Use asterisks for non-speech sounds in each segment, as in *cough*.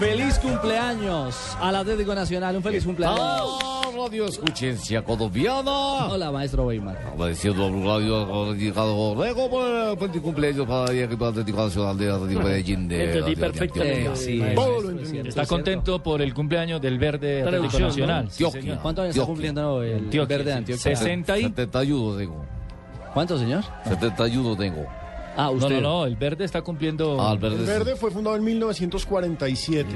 Feliz cumpleaños al Atlético Nacional. Un feliz cumpleaños. Ah, Radio Escuchencia Colombiana. Hola, maestro Weimar. Agradeciendo a Blue Radio Radicado Borrego por el feliz cumpleaños para el equipo Atlético Nacional de Atlético Medellín. de- Entendí de- perfectamente. de- de- sí, Todo maestro, lo es entendí. cierto, Está es cierto. contento por el cumpleaños del verde Atlético Traducción, ¿no? Nacional. Sí, Antioquia. señor. ¿Cuántos años está Antioquia. cumpliendo el Antioquia, verde de sí. Antioquia? 60 y... 71 tengo. ¿Cuánto, señor? 71 tengo. Ah, No, usted. no, no, el verde está cumpliendo... Oh. Ah, el verde. El Verde fue fundado en 1947.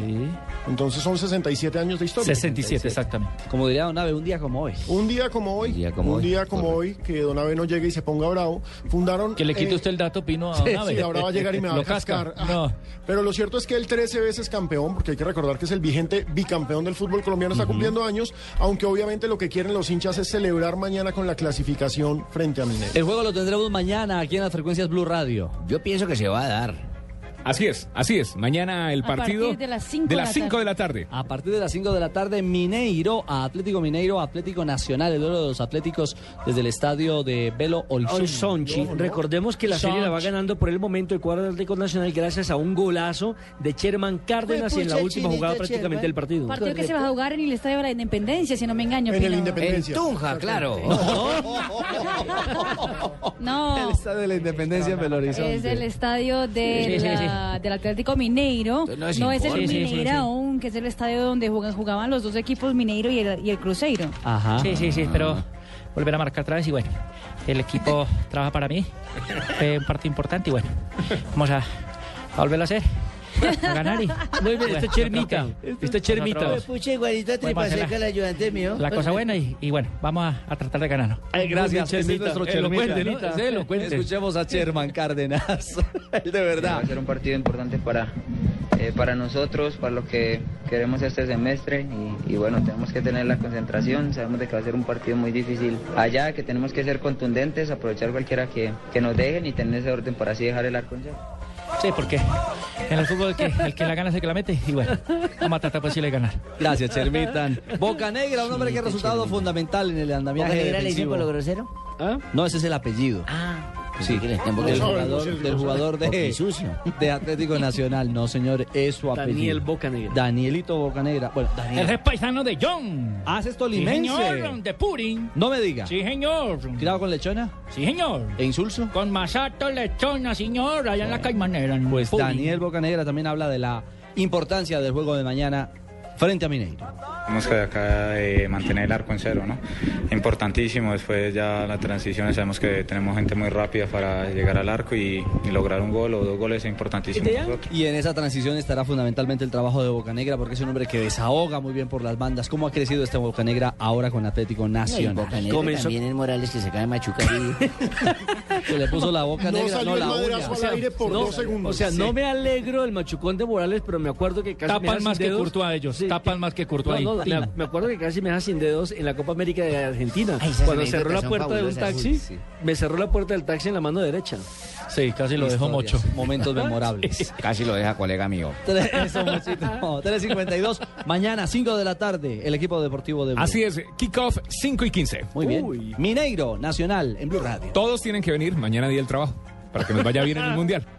Entonces son 67 años de historia. 67, exactamente. Como diría Don Abe, un día como hoy. Un día como hoy, Un día como un hoy, día como hoy, que Don Abe no llegue y se ponga bravo, fundaron... Que le quite eh, usted el dato, Pino, a Sí, una vez. sí, ahora va a llegar y me va Lo a cascar. Ah, casca. No. Pero lo cierto es que el 13 veces campeón, porque hay que recordar que es el vigente bicampeón del fútbol colombiano, está cumpliendo años, aunque obviamente lo que quieren los hinchas es celebrar mañana con la clasificación frente a Mineros. El juego lo tendremos mañana aquí en las frecuencias Blue Radio. Yo pienso que se va a dar. Así es, así es. Mañana el A partido partir de las cinco de la cinco tarde. de la tarde. A partir de las 5 de la tarde, Mineiro a Atlético Mineiro, Atlético Nacional, el oro de los Atléticos desde el estadio de Belo Al Olson. Sonchi. Recordemos que la serie la va ganando por el momento el cuadro Atlético Nacional gracias a un golazo de Sherman Cárdenas en la última jugada prácticamente del partido. Partido que se va a jugar en el Estadio de la Independencia, si no me engaño. En el Pino. Independencia. Tunja, claro. *laughs* No, de la Independencia en Belo es el estadio de Sí, sí, la- del Atlético Mineiro. No es No es el informe. Sí, sí, sí, sí. Mineirón, que es el estadio donde jugan- jugaban los dos equipos, Mineiro y el, y el Cruzeiro. Ah. Ajá. Sí, sí, sí, espero volver a marcar otra vez y bueno, el equipo trabaja para mí, fue un partido importante y bueno, vamos a, a volverlo a hacer, a ganar y... Muy bien, este Bueno, Chermita, yo creo que este Chermita. nosotros- La cosa buena y, y bueno, vamos a, a tratar de ganar. ¿no? Ay, gracias, Muy bien, ese es Chermita. nuestro Elocuente, Chermita. ¿no? Ese es elocuente. Escuchemos a Sherman Cárdenas, *laughs* el de Va verdad. a ser un partido importante para, eh, para nosotros, para lo que queremos este semestre y, y bueno, tenemos que tener la concentración, sabemos de que va a ser un partido muy difícil allá, que tenemos que ser contundentes, aprovechar cualquiera que, que nos dejen y tener ese orden para así dejar el arco en cero. Sí, porque en el fútbol el que, el que la gana es el que la mete y bueno, vamos a tratar posible de ganar. Gracias, Chermitan. Boca Negra, un hombre que ha resultado fundamental en el andamiaje defensivo. grosero? No, ese es el apellido. Sí, del jugador, del jugador de, de Atlético Nacional. No, señor, es su apellido. Daniel Bocanegra. Danielito Bocanegra. Bueno, El Daniel. es paisano de John. Ah, Haces Sí, señor, tolimense. de Purin. No me diga. Sí, señor. Cuidado con lechona Sí, señor. e insulso. Con Masato Lechona, señor, allá en la Caimanera. en Pues Puy. Daniel Bocanegra también habla de la importancia del juego de mañana frente a Mineiro. Tenemos que acá eh, mantener el arco en cero, ¿no? Importantísimo, después ya la transición, sabemos que tenemos gente muy rápida para llegar al arco y, y lograr un gol o dos goles es importantísimo. para nosotros. Y en esa transición estará fundamentalmente el trabajo de Bocanegra, porque es un hombre que desahoga muy bien por las bandas. ¿Cómo ha crecido este Bocanegra ahora con Atlético Nacional? Comenzó Que le puso la boca No negra, salió no el la madrazo uña. al aire por dos segundos. O sea, no me alegro del machucón de Morales, pero me acuerdo que casi me deja Tapan sin más que dedos. Courtois ellos, Sí, tapan más que No, Courtois. no, Pino. me- me acuerdo que casi me deja sin dedos en la Copa América de Argentina. Cuando cerró la puerta de un taxi, me cerró la puerta del taxi en la mano derecha. Sí, casi lo dejó Historias, mocho. Momentos memorables. Casi lo deja colega mío. Tres- Eso, Mochito. 3.52, mañana 5 de la tarde, el equipo deportivo de Blue. Así es, kickoff 5 y 15. Muy bien. Uy. Mineiro, Nacional, en Blue Radio. Todos tienen que venir mañana día del trabajo para que nos vaya bien en el mundial.